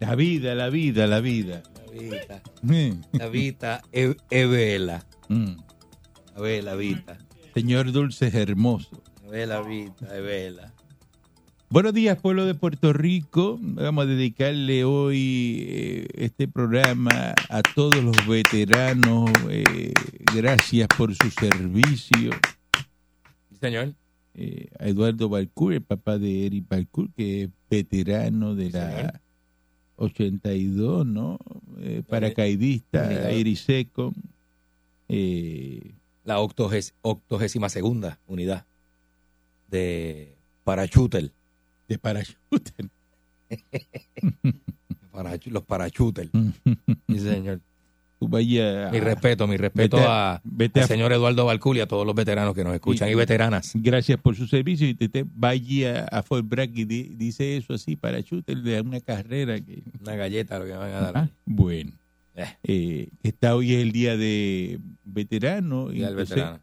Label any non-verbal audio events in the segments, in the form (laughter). La vida, la vida, la vida. Vita, Mm, la Vita es es vela. mm. A ver, la Vita. Señor Dulce Hermoso. A ver, la Vita, es vela. Buenos días, pueblo de Puerto Rico. Vamos a dedicarle hoy eh, este programa a todos los veteranos. eh, gracias por su servicio. Señor. Eh, a Eduardo Balcour, el papá de Eric Balcour, que es veterano de la 82, ¿no? Eh, paracaidista, Obligado. Iriseco. Eh, La octoges- octogésima segunda unidad de parachutel. de (laughs) parachute. Parachu- los parachutel. Mm. Ah. Sí, señor. Tú vaya a- Mi respeto, mi respeto Vete a- a, vete al a- señor Eduardo Balcul y a todos los veteranos que nos escuchan Y- y veteranas. Gracias por su servicio. Y te, te- vaya a Fort Bragg y di- dice eso así, parachute, le da una carrera. que Una galleta lo que van a dar. Ah, Bueno. Eh. Eh, está hoy es el día de veterano. y Y al entonces, veterano.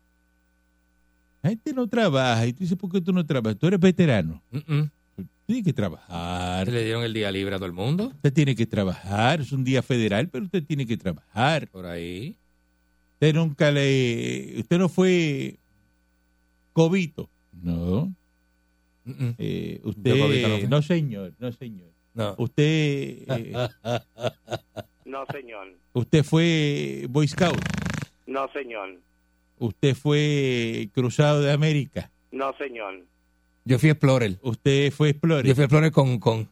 La gente no trabaja. Y tú dices, ¿por qué tú no trabajas? Tú eres veterano. Mm, mm. Tú tienes que trabajar. Le dieron el día libre a todo el mundo. Usted tiene que trabajar. Es un día federal, pero usted tiene que trabajar. Por ahí. Usted nunca le... Usted no fue cobito. No. Mm, mm. Eh, Yo cobito no usted... fui. No, señor. No, señor. No. Usted... eh, No, señor. Usted fue Boy Scout, No, señor. usted fue Cruzado de América, No, señor. Yo fui Explorer. usted fue Explorer. Yo fui a Flores con, con,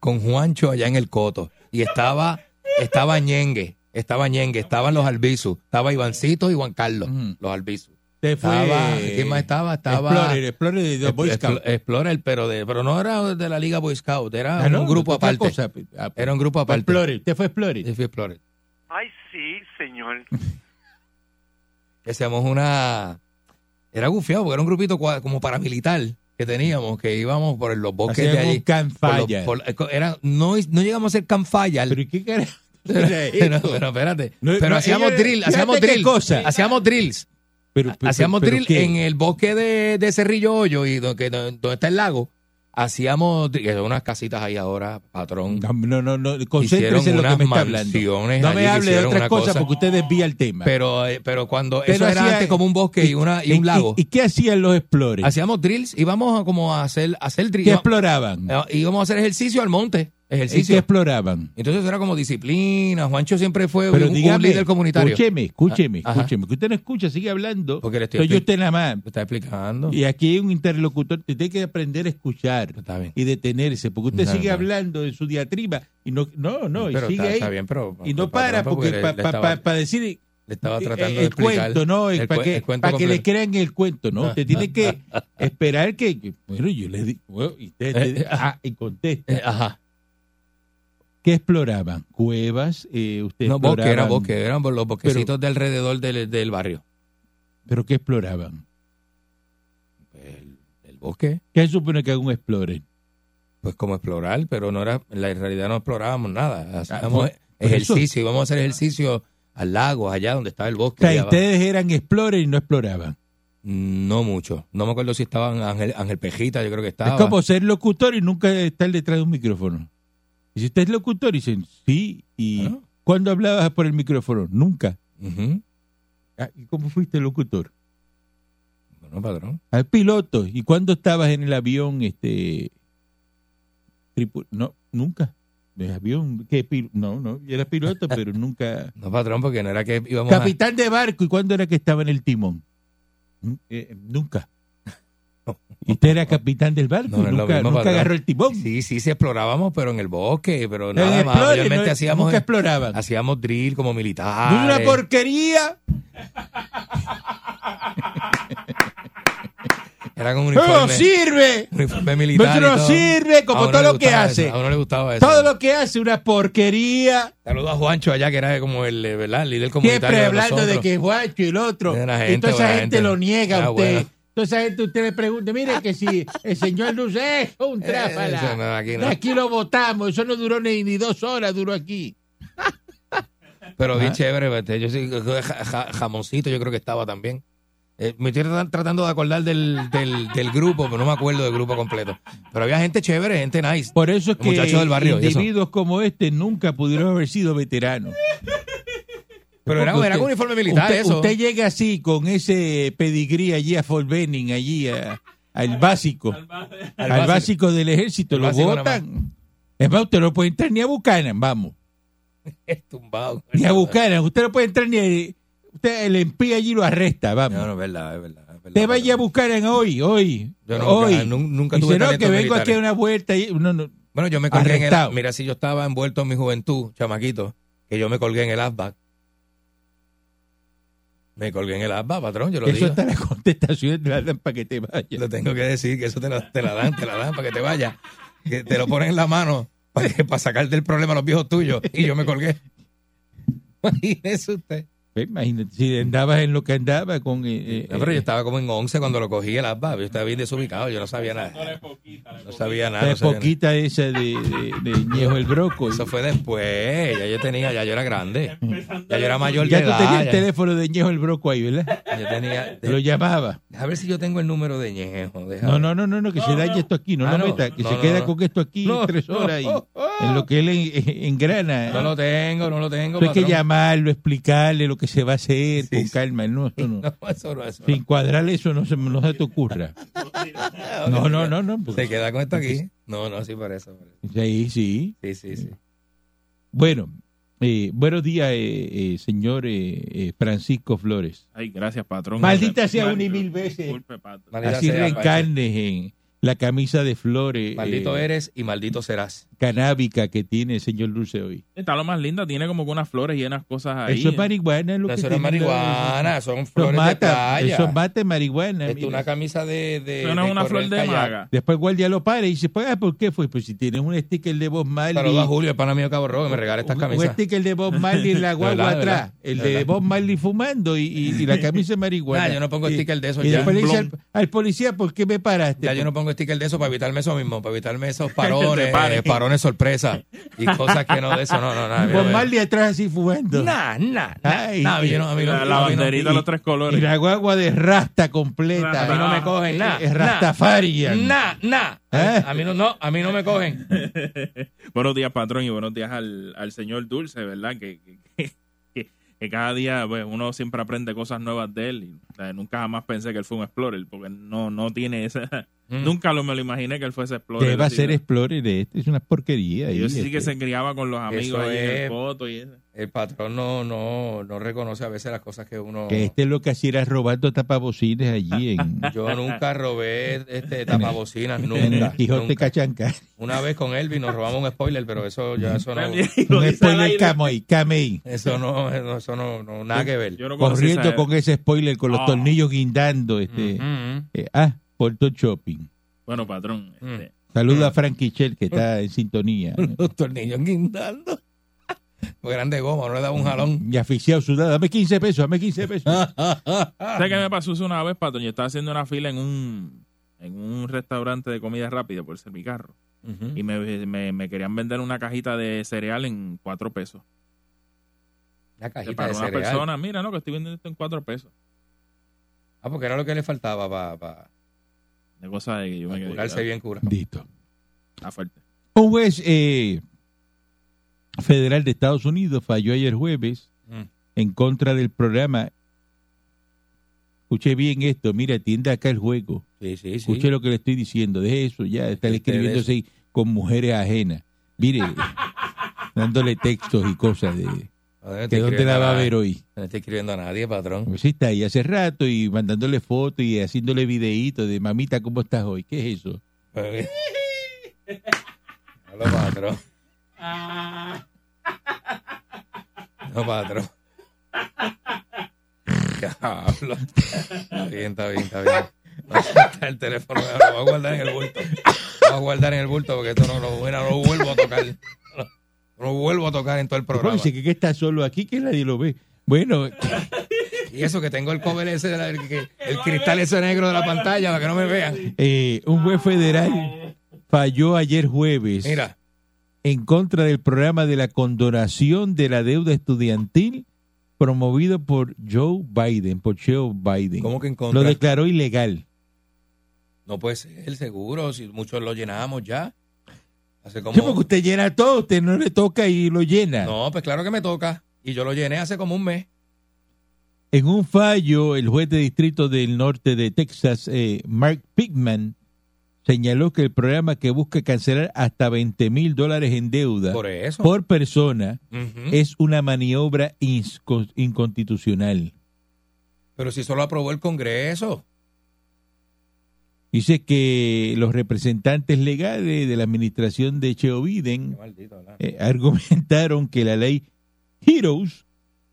con Juancho allá en el Coto. Y estaba, estaba Ñengue, estaba Ñengue, estaban los Albizu, estaba Ivancito y Juan Carlos, Ujú. los Albizu. usted fue Estaba, ¿quién más estaba? Estaba Explorer, Explorer de los Expl- Boy Expl- Scout. Explorer, pero, de, pero no era de la Liga Boy Scout, era Ah, ¿no? un grupo Otra aparte. cosa. Ah, Era un grupo fue aparte. Explorer, usted fue Explorer. Yo fui Explorer. Ay, sí, señor. Hacíamos una... Era gufiado, porque era un grupito cua- como paramilitar que teníamos, que íbamos por los bosques Hacían de allí. un campfire. Por los- por- era- no, no llegamos a ser campfire. Pero ¿y qué (laughs) carajo era pero, eso? pero espérate. No, pero no, hacíamos ella- drill, fíjate hacíamos qué drill. cosa. Hacíamos drills. Pero- pero- hacíamos pero drill ¿qué? en el bosque de, de Cerrillo Hoyo y donde, donde está el lago. Hacíamos dri- que son unas casitas ahí ahora, patrón. No, no, no, concéntrese en lo que unas me está hablando. mansiones No allí me que hable de hicieron otras una cosas cosa. porque usted desvía el tema. Pero, eh, pero cuando Usted eso lo era hacía- antes como un bosque y, una, y un lago. ¿Y, y qué hacían los Explorers? hacíamos drills, íbamos a como a hacer, a hacer ¿Qué drills. exploraban? Íbamos a hacer ejercicio al monte. ¿Y qué Eh, Ejercicio. exploraban? Entonces era como disciplina. Juancho siempre fue Pero un, un dígame, líder comunitario. Escúcheme, escúcheme, Ah, ajá. escúcheme. Que usted no escucha, sigue hablando. Porque le estoy Soy yo expli- usted nada más. Me está explicando. Y aquí hay un interlocutor que tiene que aprender a escuchar Está bien. y detenerse, porque usted No, sigue no. hablando de su diatriba y no, no, no, y Pero sigue está- ahí. está bien, pero- y no pero para, tampoco porque le- para le estaba- decir Le estaba eh, tratando el, de explicar. cuento, no, el para cue- que, el cuento para que le completo. crean el cuento, no. Usted tiene (laughs) que esperar que, que- bueno, yo le digo, y, usted- Eh, eh, ah, y contesta. Eh, Ajá. ¿Qué exploraban? ¿Cuevas? Eh, usted No, bosque, era exploraban- bosque, eran los bosquecitos de alrededor del, del barrio. ¿Pero qué exploraban? El, el bosque, ¿Qué se supone que haga un explorer? pues como explorar, pero no era, en la realidad no explorábamos nada. Hacíamos Ah, pues, ejercicio, íbamos a hacer ejercicio al lago, allá donde estaba el O bosque. sea, allá abajo. ustedes eran explorer y no exploraban. No mucho. No me acuerdo si estaban Ángel, Ángel Pejita, yo creo que estaba. Es como ser locutor y nunca estar detrás de un micrófono. Y si usted es locutor, dicen, sí, y Ah. ¿cuándo hablabas por el micrófono? Nunca. Ujú. Ah, ¿Y cómo fuiste locutor? Bueno, patrón. Al piloto. ¿Y cuándo estabas en el avión? este tripu- No, nunca. ¿El avión? ¿Qué pil- No, no, yo era (laughs) piloto, pero nunca... No, patrón, porque no era que íbamos a- Capitán de barco, ¿y cuándo era que estaba en el timón? Nun- eh, (laughs) nunca. Y usted era capitán del barco No, no y es lo nunca, mismo, nunca patrón. agarró el timón. Sí, sí, sí explorábamos, pero en el bosque, pero En nada más. Explorer, Mayormente no- hacíamos, Ah, eh, nunca exploraban. hacíamos drill como ¡Es militares. una porquería! Era con un uniforme, ¡No ¡oh, sirve! uniforme militar. y Pero todo. sirve como A uno todo le lo que gustaba hace. eso, A uno le gustaba eso. Todo lo que hace, una porquería. Saludos a Juancho allá, que era como el, eh, ¿verdad? el líder comunitario. Siempre de hablando de nosotros. que es guacho y el otro. Entonces Buena gente, y toda esa buena gente, gente. lo niega Ah, a usted. bueno. Toda esa gente usted le pregunta, mire que si el señor Luz es un Eh, eso no, tráfala. aquí aquí, no. lo votamos, eso no duró ni, ni dos horas, duró aquí. Pero bien Ajá. chévere, vete. Yo sí, eh, ja- ja- jamoncito yo creo que estaba también. Eh, me estoy tra- tratando de acordar del, del, del grupo, pero no me acuerdo del grupo completo. Pero había gente chévere, gente nice. Por eso es Los muchachos que del barrio, y eso. individuos como este nunca pudieron haber sido veteranos. Pero era, Porque era usted- con uniforme militar usted, eso. usted llega así, con ese pedigrí allí a Fort Benning, allí a- al básico, al básico, del ejército, Al lo básico nada votan. Es más, usted no puede entrar ni a Buchanan, vamos, (laughs) Es tumbado. ni a Buchanan, usted no puede entrar ni a, usted el MP allí lo arresta, vamos. No, no, es verdad, es verdad. es verdad. Te vaya a Buchanan hoy, hoy, Yo nunca- hoy. nun- nunca Y tuve dice, no, talentos que vengo aquí militares. a una vuelta y no, no. Bueno, yo me colgué en Arrestado. el. Mira, si yo estaba envuelto en mi juventud, chamaquito, que yo me colgué en el asbac. Me colgué en el asbac, patrón, yo lo Eso digo. está en la (laughs) contestación, te la dan para que te vayas. Lo tengo que decir, que eso te la, te la dan, te la dan para que te vayas. Que te lo ponen en la mano para, que- para sacarte el problema a los viejos tuyos. Y yo me colgué. Imagínese usted. Ve, Imagínate, si andabas en lo que andaba con... eh, eh, No, pero yo estaba como en 11 cuando lo cogí el asbab. Yo estaba bien desubicado, yo no sabía nada. No sabía nada. La no sabía nada. poquita esa de, de, (laughs) de Ñejo el Broco. Eso fue después. Ya yo tenía, ya yo era grande. Ya yo era mayor Ya de tú edad, tenías el ya- teléfono de Ñejo el Broco ahí, ¿verdad? yo tenía. Lo (laughs) llamaba. A ver si yo tengo el número de Ñejo. deja No, ver. no, no, no, no que se dañe esto aquí, no Ah, lo no. meta, que No, se no, queda no. con esto aquí No, tres no. horas y en lo que él en- engrana. No lo tengo, no lo tengo. Eso hay que patrón. llamarlo, explicarle lo que se va a hacer con calma. No, eso no. (laughs) No, eso no, eso no. Sin cuadrarle eso no se, no se te ocurra. (laughs) No, no, no, no. Se porque- queda con esto aquí. No, no, sí, por eso. por eso. Sí, sí. Sí, sí, sí. Bueno, eh, buenos días, eh, eh, señor eh, eh, Francisco Flores. Ay, gracias, patrón. Maldita Mal- sea una y mil veces. Disculpe, patrón. Maldita Así sea, reencarnes en la camisa de flores Pachi. Maldito eh, eres y maldito serás. canábica que tiene el señor Dulce hoy. Está lo más linda, tiene como que unas flores y unas cosas ahí. Eso es marihuana. es Lo No, que eso no es tiene la- marihuana, son Eso flores de mata, playa. eso mata marihuana. Esto es mira. una camisa de. de Eso no de es una correr flor de kayak. maga. Después guardia lo para y dice, pues, ah, ¿por qué fue? Pues si tienes un sticker de Bob Marley. Saludos a Julio, el pana mío Cabo Rojo, que me regala estas un- Un camisas. sticker de Bob Marley (laughs) en la guagua verdad, de atrás. verdad. El De de verdad. Bob Marley fumando y, y- y (laughs) la camisa de marihuana. Nah, yo no pongo Y- sticker de eso Y ya. después le dice al, Blon. al policía, ¿por qué me paraste? Ya yo no pongo sticker de eso para evitarme eso mismo, para evitarme esos De (laughs) parones, pares. eh, parones sorpresa y cosas que no de eso, no, no, nada. Pues mira, Bob mira. Marley atrás así fumando. Nah, nah, nah, Ay, nah, a mí no- a mí no- La, a mí la no- banderita de los tres Y colores. la guagua de rasta completa. Ah, A mí no me cogen, nah, Es nah. Rastafarian. Nah, nah. ¿Eh? A mí no, no, a mí no me cogen. Buenos días, patrón, y buenos días al, al señor Dulce, ¿verdad? Que, que- que- que- que cada día pues, uno siempre aprende cosas nuevas de él. Y, o sea, nunca jamás pensé que él fue un explorer, porque no, no tiene esa... Mm. Nunca lo, me lo imaginé que él fuese explorer. Debe así, ser ¿no? Explorer este, es una porquería. Y ahí, yo sí que este. se criaba con los amigos Eso ahí en es. el foto y eso. El patrón no, no, no reconoce a veces las cosas que uno. Que este lo que hacía era robando tapabocines allí en, Yo nunca robé (laughs) este tapabocinas, nunca. en el este Quijote nunca. Cachanca. Una vez con Elvis nos robamos un spoiler, pero eso ya eso no, (laughs) También (laughs) lo Un dice al spoiler aire. camey, camey. eso no, eso no, eso no, no, nada que ver. Yo no conocí Corriendo esa- con ese spoiler, con los Ah. tornillos guindando. este Mm, eh, Ah, Porto Shopping. Bueno, patrón, Mm. este, Saluda a Frankie Chel, que está en (laughs) sintonía. mm. Los tornillos guindando. Fue grande goma, no le daba un jalón. Y aficionado sudado. Dame 15 pesos, dame 15 Ah. pesos. ¿Sabes qué me pasó eso una vez, Pato? Yo estaba haciendo una fila en un, en un restaurante de comida rápida por ser mi carro. Mm. Y me, me- me querían vender una cajita de cereal en cuatro pesos. Una Que cajita para de una cereal. persona, mira, no, que estoy vendiendo esto en cuatro pesos. Ah, porque era lo que le faltaba para De cosa de que yo me quedé. curarse bien cura. Listo. Está fuerte. Un juez eh, federal de Estados Unidos falló ayer jueves Mm. en contra del programa. Escuché bien esto, mira, atienda acá el juego. Sí, sí, sí. Escuche lo que le estoy diciendo, deje eso, ya estar Deje de escribiéndose ahí con mujeres ajenas. (laughs) Mire, dándole textos y cosas de No, no estoy que dónde la escribiendo va a nada. ver hoy. No estoy escribiendo a nadie, patrón. Pues sí, está ahí hace rato y mandándole fotos y haciéndole videitos de mamita, ¿cómo estás hoy? ¿Qué es eso? Hola, patrón. No, patrón. Diablo. Está bien, está bien, está bien. No suelta el teléfono, lo voy a guardar en el bulto. Lo voy a guardar en el bulto porque esto no lo, mira, no lo vuelvo a tocar. No, lo vuelvo a tocar en todo el Bueno, programa. dice que, que está solo aquí, que nadie lo ve. Bueno, (laughs) Y eso que tengo el cover ese, de la- el, que- el cristal ese negro de la pantalla para que no me vean. eh, un juez federal falló ayer jueves Mira, en contra del programa de la condonación de la deuda estudiantil promovido por Joe Biden, por Joe Biden. ¿cómo que en Lo contra? declaró ilegal. No puede ser, seguro, si muchos lo llenamos ya. Hace como... Sí, porque usted llena todo, usted no le toca y lo llena. No, pues claro que me toca. Y yo lo llené hace como un mes. En un fallo, el juez de distrito del norte de Texas, eh, Mark Pigman, señaló que el programa que busca cancelar hasta 20 mil dólares en deuda Por eso. ¿Mm? por persona Ujú. es una maniobra insco- inconstitucional. Pero si solo aprobó el Congreso. Dice que los representantes legales de la administración de Joe Biden eh, (laughs) argumentaron que la ley Heroes,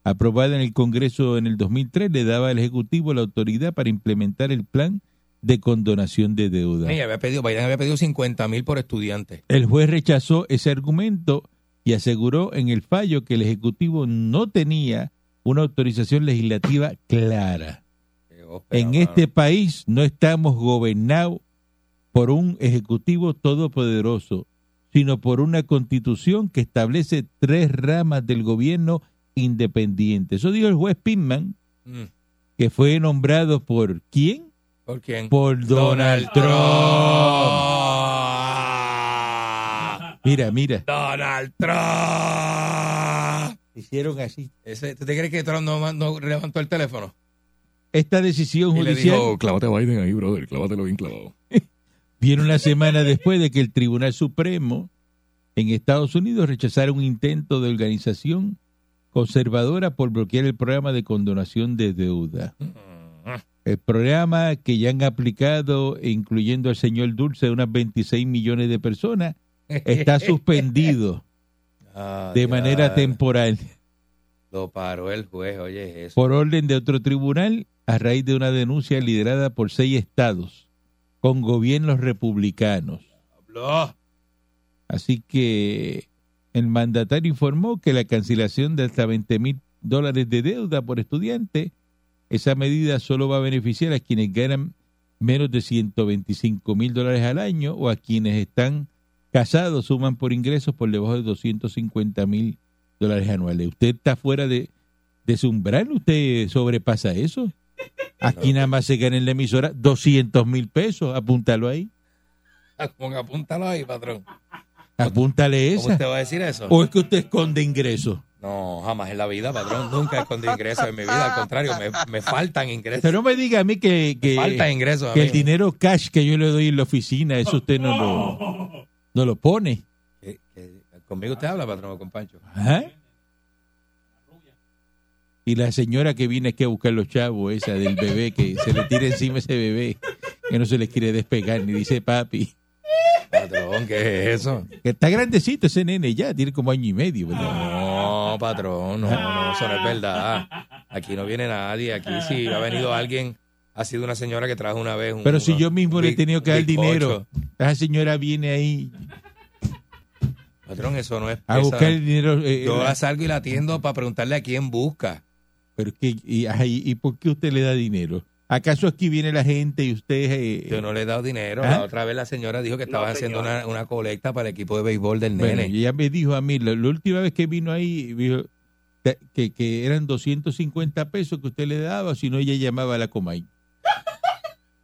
aprobada en el Congreso en el 2003, le daba al Ejecutivo la autoridad para implementar el plan de condonación de deuda. Mira, había pedido, Biden había pedido 50 mil por estudiante. El juez rechazó ese argumento y aseguró en el fallo que el Ejecutivo no tenía una autorización legislativa clara. En este país no estamos gobernados por un Ejecutivo todopoderoso, sino por una constitución que establece tres ramas del gobierno independiente. Eso dijo el juez Pitman, Mm. que fue nombrado por ¿quién? ¿Por quién? Por Donald Trump. Trump. Mira, mira. Donald Trump. Hicieron así. Ese- ¿Tú te crees que Trump no, no levantó el teléfono? Esta decisión Y le judicial dijo, Clávate a Biden ahí, brother. Clávatelo bien clavado. viene una semana después de que el Tribunal Supremo en Estados Unidos rechazara un intento de organización conservadora por bloquear el programa de condonación de deuda. "Mm". El programa que ya han aplicado, incluyendo al señor Dulce, unas 26 millones de personas, (laughs) está suspendido Ah, de ya. manera temporal Lo paró el juez, oye, eso. por orden de otro tribunal a raíz de una denuncia liderada por seis estados con gobiernos republicanos. Habló. (laughs) Así que el mandatario informó que la cancelación de hasta 20 mil dólares de deuda por estudiante, esa medida solo va a beneficiar a quienes ganan menos de 125 mil dólares al año o a quienes están casados, suman por ingresos por debajo de 250 mil dólares anuales. Usted está fuera de, de su umbral, usted sobrepasa eso. Aquí nada más se gana en la emisora 200 mil pesos, apúntalo ahí, Ponga, apúntalo ahí, patrón. apúntale ¿Cómo esa. usted va a decir eso? ¿O es que usted esconde ingresos? No, jamás en la vida, patrón. Nunca escondí ingresos en mi vida. Al contrario, me, me faltan ingresos. Usted no me diga a mí que, que- faltan ingresos. a que mí. el dinero cash que yo le doy en la oficina, eso usted no lo, (laughs) no lo pone. Que- que- Conmigo usted habla, patrón, o con Pancho. Ajá. Y la señora que viene aquí a buscar los chavos, esa del bebé, que se le tira encima ese bebé, que no se le quiere despegar, ni dice papi. Patrón, ¿qué es eso? Que está grandecito ese nene ya, tiene como año y medio, Ah. ¿verdad? No, patrón, no, no, eso no es verdad. Aquí no viene nadie. Aquí si ha venido alguien. Ha sido una señora que trajo una vez un. Pero si yo mismo le he bi- tenido que dar bizcocho. dinero, esa señora viene ahí Patrón, eso no es. a esa- buscar el dinero. eh, Yo la- la salgo y la atiendo para preguntarle a quién busca. Pero que, y, ay, ¿y por qué usted le da dinero? ¿Acaso aquí viene la gente y usted... eh, Yo no le he dado dinero. ¿Ah? La otra vez la señora dijo que estabas haciendo señor. una, una colecta para el equipo de béisbol del bueno, nene. ella me dijo a mí, la, la última vez que vino ahí, dijo que- que, que eran 250 pesos que usted le daba, si no ella llamaba a la Comay.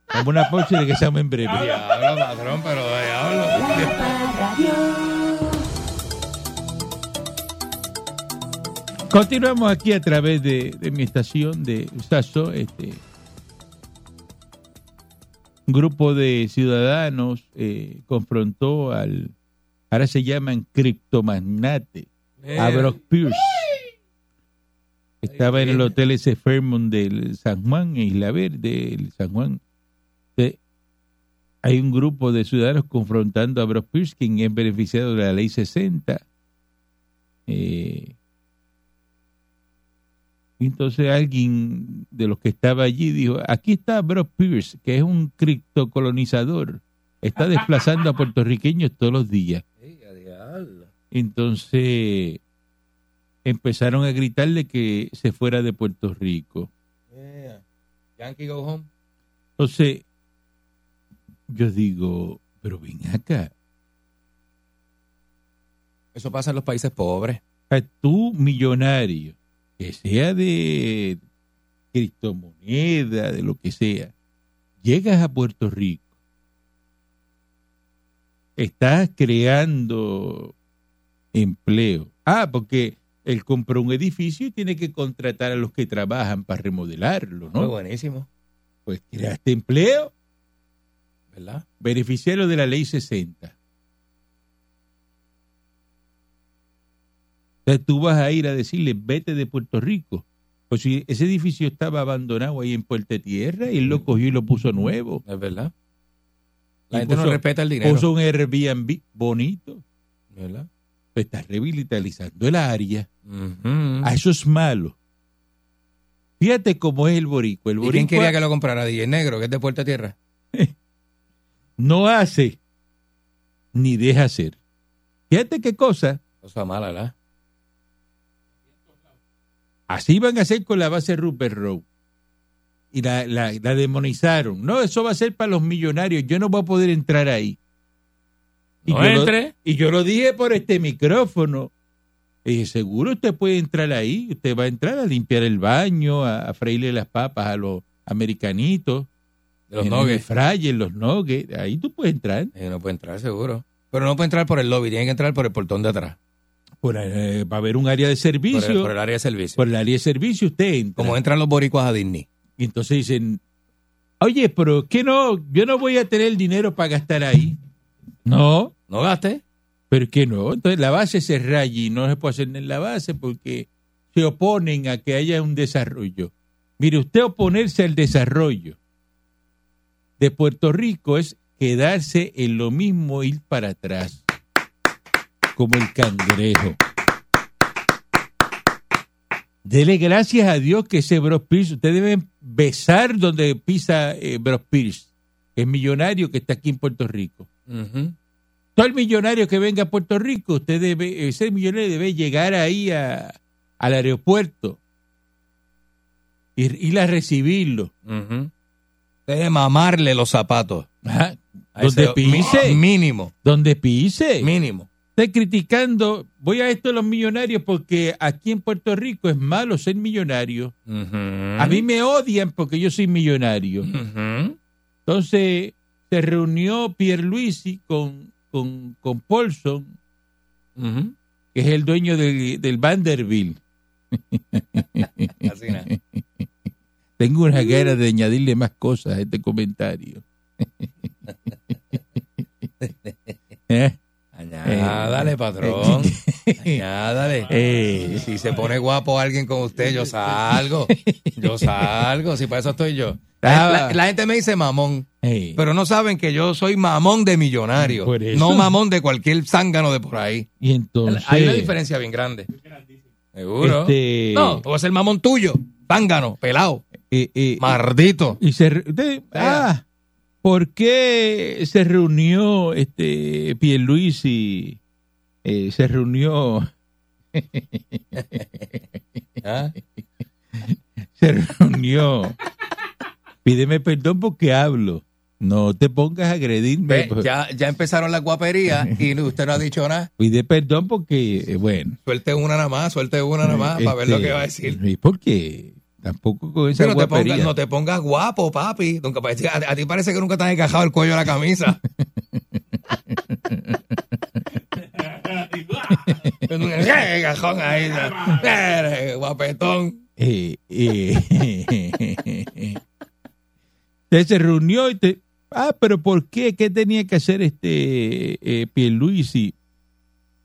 Vamos a una pocha y regresamos en breve. Diablo, patrón, pero diablo. Continuamos aquí a través de, de mi estación de Sasso, este un grupo de ciudadanos eh, confrontó al, ahora se llaman criptomagnate, Eh, a Brock Pierce. Estaba en el hotel ese Fairmont del San Juan, en Isla Verde, el San Juan. De- hay un grupo de ciudadanos confrontando a Brock Pierce, quien es beneficiado de la ley 60. eh, Y entonces alguien de los que estaba allí dijo, aquí está Brock Pierce, que es un criptocolonizador. Está desplazando a puertorriqueños todos los días. Entonces empezaron a gritarle que se fuera de Puerto Rico. Yankee go home. Entonces, yo digo, pero ven acá. Eso pasa en los países pobres. a tú millonario, que sea de criptomoneda, de lo que sea, llegas a Puerto Rico, estás creando empleo. Ah, porque él compró un edificio y tiene que contratar a los que trabajan para remodelarlo, Muy ¿no? buenísimo, Pues creaste empleo, ¿verdad? beneficiario de la ley 60. Entonces tú vas a ir a decirle, vete de Puerto Rico. Pues si ese edificio estaba abandonado ahí en Puerto Tierra y él lo cogió y lo puso nuevo. Es verdad. La Y gente no puso- respeta el dinero. Puso un Airbnb bonito. ¿Verdad? Pues estás revitalizando el área. Ujú. A eso es malo. Fíjate cómo es el boricua. El ¿Y quién boricua quería que lo comprara? DJ Negro, que es de Puerta Tierra. no hace ni deja hacer. Fíjate qué cosa. Cosa mala, ¿verdad? Así van a hacer con la base Rupert Row. Y la, la- la demonizaron. No, eso va a ser para los millonarios. Yo no voy a poder entrar ahí. Y, No yo, entre. Lo, y yo lo dije por este micrófono. Y dije, seguro usted puede entrar ahí. Usted va a entrar a limpiar el baño, a, a freírle las papas a los americanitos. De los en el Nuggets. fry, en los nuggets. Ahí tú puedes entrar. Eh, no puede entrar, seguro. Pero no puede entrar por el lobby, tiene que entrar por el portón de atrás. Por, eh, va a haber un área de Por el, servicio. Pues, por el área de servicio. Por el área de servicio usted entra. Como entran los boricuas a Disney. Y entonces dicen, oye, pero que no, yo no voy a tener el dinero para gastar ahí. No, No gaste. pero que no. Entonces la base se raya y no se puede hacer en la base porque se oponen a que haya un desarrollo. Mire, usted oponerse al desarrollo de Puerto Rico es quedarse en lo mismo, ir para atrás, como el cangrejo. Dele gracias a Dios que ese Bros Pierce, ustedes deben besar donde pisa eh, Bros Pierce, que es millonario que está aquí en Puerto Rico. Ujú. Todo el millonario que venga a Puerto Rico, usted debe, ese millonario debe llegar ahí a- al aeropuerto y ir a recibirlo. Ujú. Debe mamarle los zapatos. Ajá. A ese- Donde pise. mi- Mínimo, Donde pise. mínimo. Usted criticando, voy a esto de los millonarios porque aquí en Puerto Rico es malo ser millonario. A mí me odian porque yo soy millonario. Ujú. Entonces se reunió Pierluisi con, con, con Paulson, Ujú. que es el dueño del, del Vanderbilt. Así nada. Tengo una guerra de añadirle más cosas a este comentario. ¿Eh? Añádale, patrón. (laughs) Añádale. Eh. si se pone guapo alguien con usted, yo salgo. Yo salgo, si para eso estoy yo. La, Estaba- la- la gente me dice mamón, Eh, pero no saben que yo soy mamón de millonario. Por eso. No mamón de cualquier zángano de por ahí. y entonces, Hay una diferencia bien grande. Seguro. este, No, voy a ser mamón tuyo. Zángano, pelado, eh, eh, mardito. y se re- de- ah, ¿por qué se reunió este Pierluisi? Eh, se reunió, (laughs) ¿Ah? se reunió. Pídeme perdón porque hablo. No te pongas a agredirme. pues. Ve, ya, ya empezaron las guaperías y usted no ha dicho nada. Pide pada porque, eh, bueno. Suelte una nada más, suelte una nada más para ver lo este, que va a decir. Y porque tampoco con esa Pero te pongas- guapería. no te pongas guapo, papi. Nunca parece- a, a ti parece que nunca te has encajado el cuello a (laughs) la camisa. Encajón "Eh, ahí. ¿no? Eres Guapetón. Eh, eh, (laughs) Entonces se reunió y te... Ah, pero ¿por qué? ¿Qué tenía que hacer este eh, Pierluisi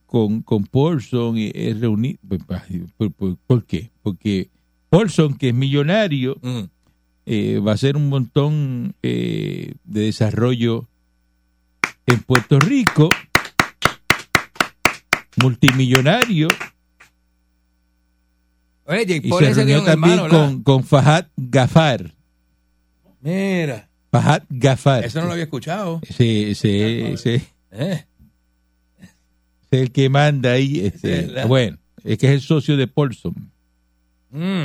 con, con Paulson? Y, eh, reunir? Pues, pa- ¿Por, por- por qué? Porque Paulson, que es millonario, Mm. eh, va a ser un montón eh, de desarrollo en Puerto Rico, multimillonario, Oye, Jake Y Paul se ese día reunió un hermano, también ¿verdad? con, con Fahad Gafar. Mira, Fahad Gafar. eso no lo había escuchado. Sí, sí, sí. Eh, Es el que manda ahí. este, Sí, ¿verdad? bueno, es que es el socio de Paulson. mm.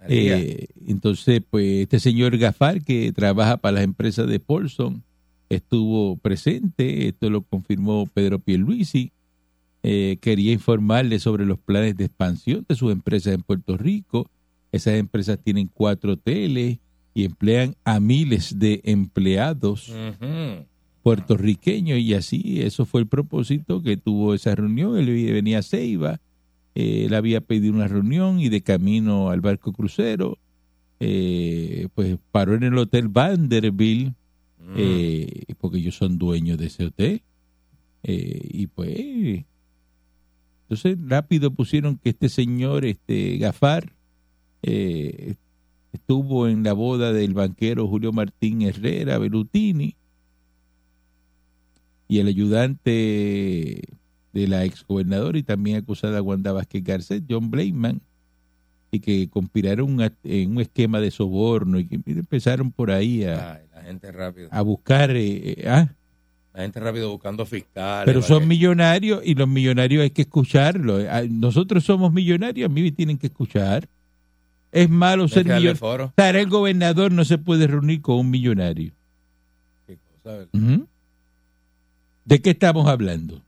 María. Eh, entonces, pues este señor Gafar, que trabaja para las empresas de Paulson, estuvo presente, esto lo confirmó Pedro Pierluisi, eh, quería informarle sobre los planes de expansión de sus empresas en Puerto Rico. Esas empresas tienen cuatro hoteles y emplean a miles de empleados Ujú. puertorriqueños y así, eso fue el propósito que tuvo esa reunión. Él venía a Ceiba, eh, él había pedido una reunión y de camino al barco crucero, eh, pues paró en el hotel Vanderbilt, Mm. eh, porque ellos son dueños de ese hotel. Eh, y pues, entonces rápido pusieron que este señor, este Gafar, eh, estuvo en la boda del banquero Julio Martín Herrera Berutini y el ayudante de la exgobernadora y también acusada Wanda Vázquez Garcet, John Blayman, y que conspiraron un act- en un esquema de soborno y que mira, empezaron por ahí a, Ay, la gente rápido. a buscar... eh, eh, ah, La gente rápido buscando fiscales. pero para son que- millonarios y los millonarios hay que escucharlos. Ah, Nosotros somos millonarios, a mí me tienen que escuchar. Es malo hay que ser darle millonario. foro. El gobernador no se puede reunir con un millonario. Qué cosa, ¿verdad? Ujú. ¿De qué estamos hablando?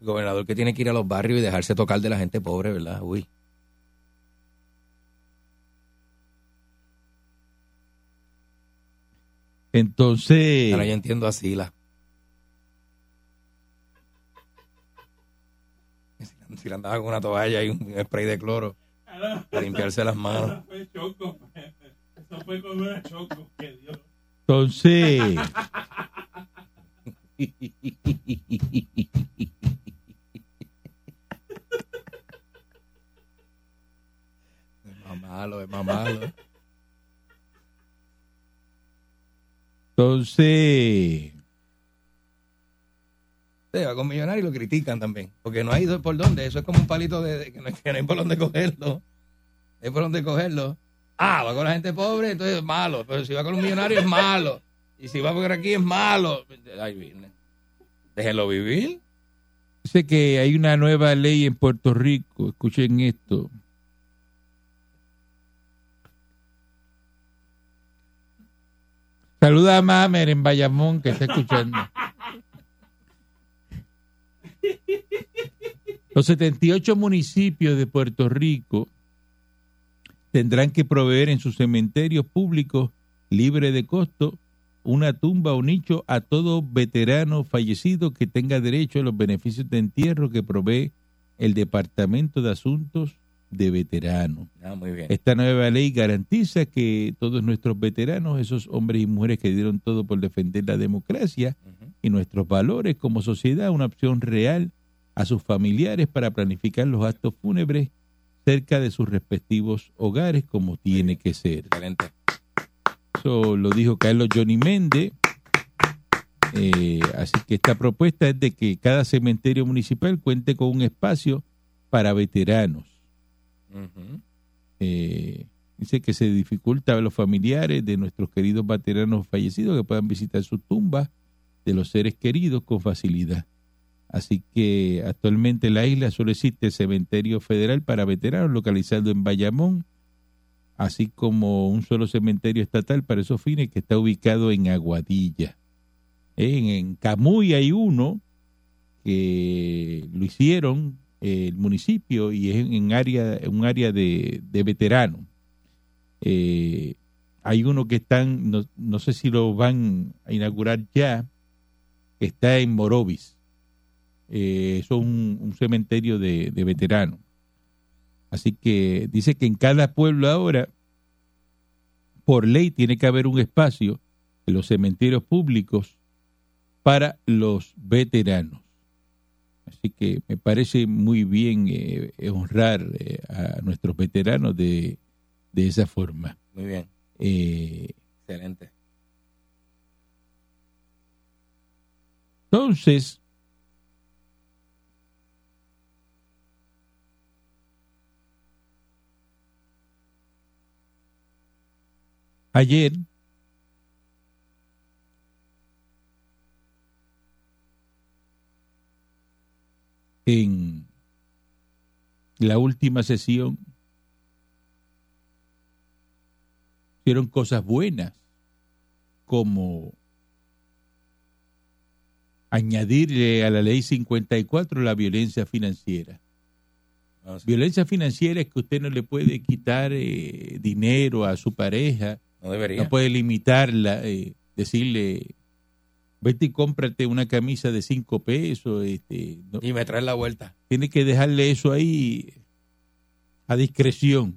El gobernador que tiene que ir a los barrios y dejarse tocar de la gente pobre, ¿verdad? Uy. Entonces... Ahora yo entiendo a Sila. Si la andaba con una toalla y un spray de cloro para limpiarse las manos. Eso fue con una choco que dio. Entonces, Es más malo, es más malo. entonces, Se va con millonario y lo critican también. Porque no hay do- por dónde. Eso es como un palito de, de- que, no, que no hay por dónde cogerlo. No hay por dónde cogerlo. Ah, va con la gente pobre, entonces es malo. Pero si va con un millonario es malo. Y si va por aquí es malo. Ay, Virgen. Déjenlo vivir. dice que hay una nueva ley en Puerto Rico, escuchen esto, Saluda a Mamer en Bayamón que está escuchando. Los 78 municipios de Puerto Rico tendrán que proveer en sus cementerios públicos libre de costo una tumba o nicho a todo veterano fallecido que tenga derecho a los beneficios de entierro que provee el Departamento de Asuntos de Veteranos. Ah, muy bien. Esta nueva ley garantiza que todos nuestros veteranos, esos hombres y mujeres que dieron todo por defender la democracia Ujú. y nuestros valores como sociedad, una opción real a sus familiares para planificar los actos fúnebres cerca de sus respectivos hogares como tiene que ser. Excelente. Eso lo dijo Carlos Johnny Méndez. Eh, así que esta propuesta es de que cada cementerio municipal cuente con un espacio para veteranos. Ujú. Eh, dice que se dificulta a los familiares de nuestros queridos veteranos fallecidos que puedan visitar sus tumbas de los seres queridos con facilidad. Así que actualmente en la isla solo existe el cementerio federal para veteranos localizado en Bayamón, así como un solo cementerio estatal para esos fines que está ubicado en Aguadilla. En, en Camuy hay uno que lo hicieron eh, el municipio y es en, en área, en un área de, de veteranos. Eh, hay uno que están, no, no sé si lo van a inaugurar ya, que está en Morovis. Eh, eso es un, un cementerio de, de veteranos. Así que dice que en cada pueblo ahora, por ley, tiene que haber un espacio en los cementerios públicos para los veteranos. Así que me parece muy bien eh, eh, honrar eh, a nuestros veteranos de, de esa forma. Muy bien. Eh, Excelente. entonces, ayer en la última sesión hicieron cosas buenas como añadirle a la ley 54 la violencia financiera. Ah, sí. Violencia financiera es que usted no le puede quitar eh, dinero a su pareja, No debería. no puede limitarla, eh, decirle, vete y cómprate una camisa de cinco pesos, este, no- Y me trae la vuelta. tiene que dejarle eso ahí a discreción.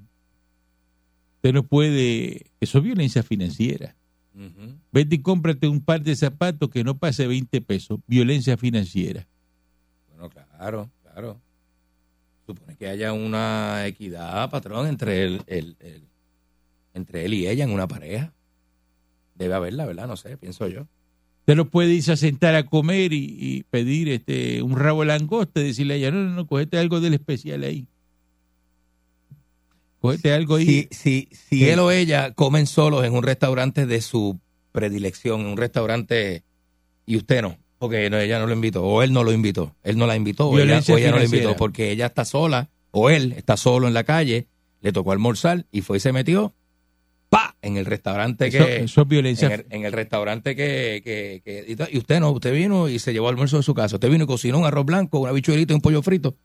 Usted no puede, eso es violencia financiera. Ujú. Vete y cómprate un par de zapatos que no pase 20 pesos, violencia financiera. Bueno, claro, claro. Supone que haya una equidad, patrón, entre él, el- el- entre él y ella en una pareja. Debe haberla, ¿verdad? No sé, pienso yo. Usted no puede irse a sentar a comer y, y pedir este un rabo de langosta y decirle a ella, no, no, no, cogete algo del especial ahí. Cogete algo ahí. Si, si, si Sí. él o ella comen solos en un restaurante de su predilección, en un restaurante y usted no, porque no, ella no lo invitó, o él no lo invitó, él no la invitó, o ella, Violencia o ella no la financiera. invitó, porque ella está sola, o él está solo en la calle, le tocó almorzar y fue y se metió, pa, en el restaurante eso, que... eso es violencia. en el, en el restaurante que, que- que- y ta- y usted no, usted vino y se llevó almuerzo de su casa. Usted vino y cocinó un arroz blanco, una bichuelita y un pollo frito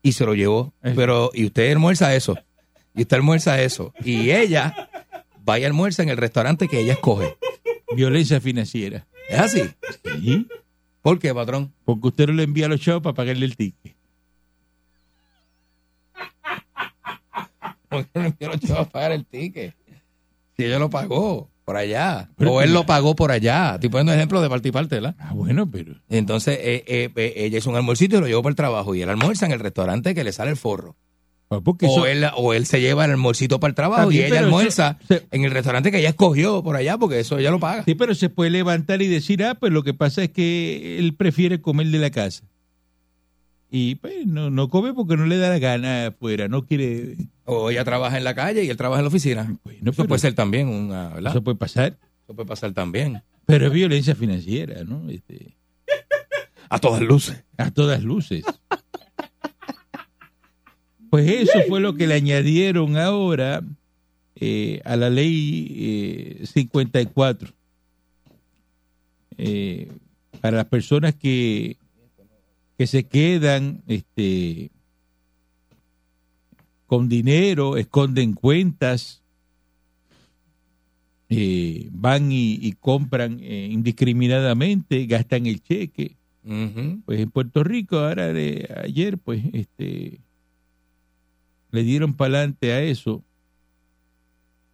y se lo llevó. Eh. Pero y usted almuerza eso. Y usted almuerza eso y ella va y almuerza en el restaurante que ella escoge. Violencia financiera. ¿Es así? ¿Sí? ¿Por qué, patrón? Porque usted no le envía a los chavos para pagarle el ticket. Porque no quiero yo pagar el ticket. Si ella lo pagó por allá Pero- o él lo pagó por allá. Estoy poniendo ejemplo de parte y parte, ¿verdad? Ah, bueno, pero. Entonces eh, eh, eh, ella hizo un almuercito y lo llevó para el trabajo y él almuerza en el restaurante que le sale el forro. ah, Porque O eso- él, o él se lleva el almuercito para el trabajo También, y ella pero almuerza eso- se- en el restaurante que ella escogió por allá, porque eso ella lo paga. Sí, pero se puede levantar y decir, ah, pues lo que pasa es que él prefiere comer de la casa. Y pues no, no come porque no le da la gana afuera, no quiere... pues, O ella trabaja en la calle y él trabaja en la oficina. Bueno, eso pero puede ser también una, ¿verdad? Eso puede pasar, Eso puede pasar también. pero es violencia financiera, ¿no? Este, A todas luces. a todas luces. Pues eso fue lo que le añadieron ahora eh, a la ley eh, 54. Eh, para las personas que, que se quedan este, con dinero, esconden cuentas, eh, van y, y compran eh, indiscriminadamente, gastan el cheque Ujú. pues en Puerto Rico ahora de ayer pues este le dieron para adelante a eso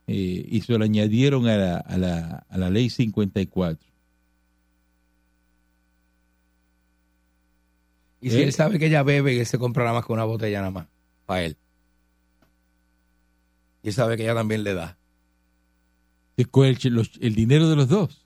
eh, y se lo añadieron a la, a la, a la ley 54 Y si Eh. él sabe que ella bebe y él se comprará más que una botella nada más para él. Y él sabe que ella también le da. Se coge el, ch- los- el dinero de los dos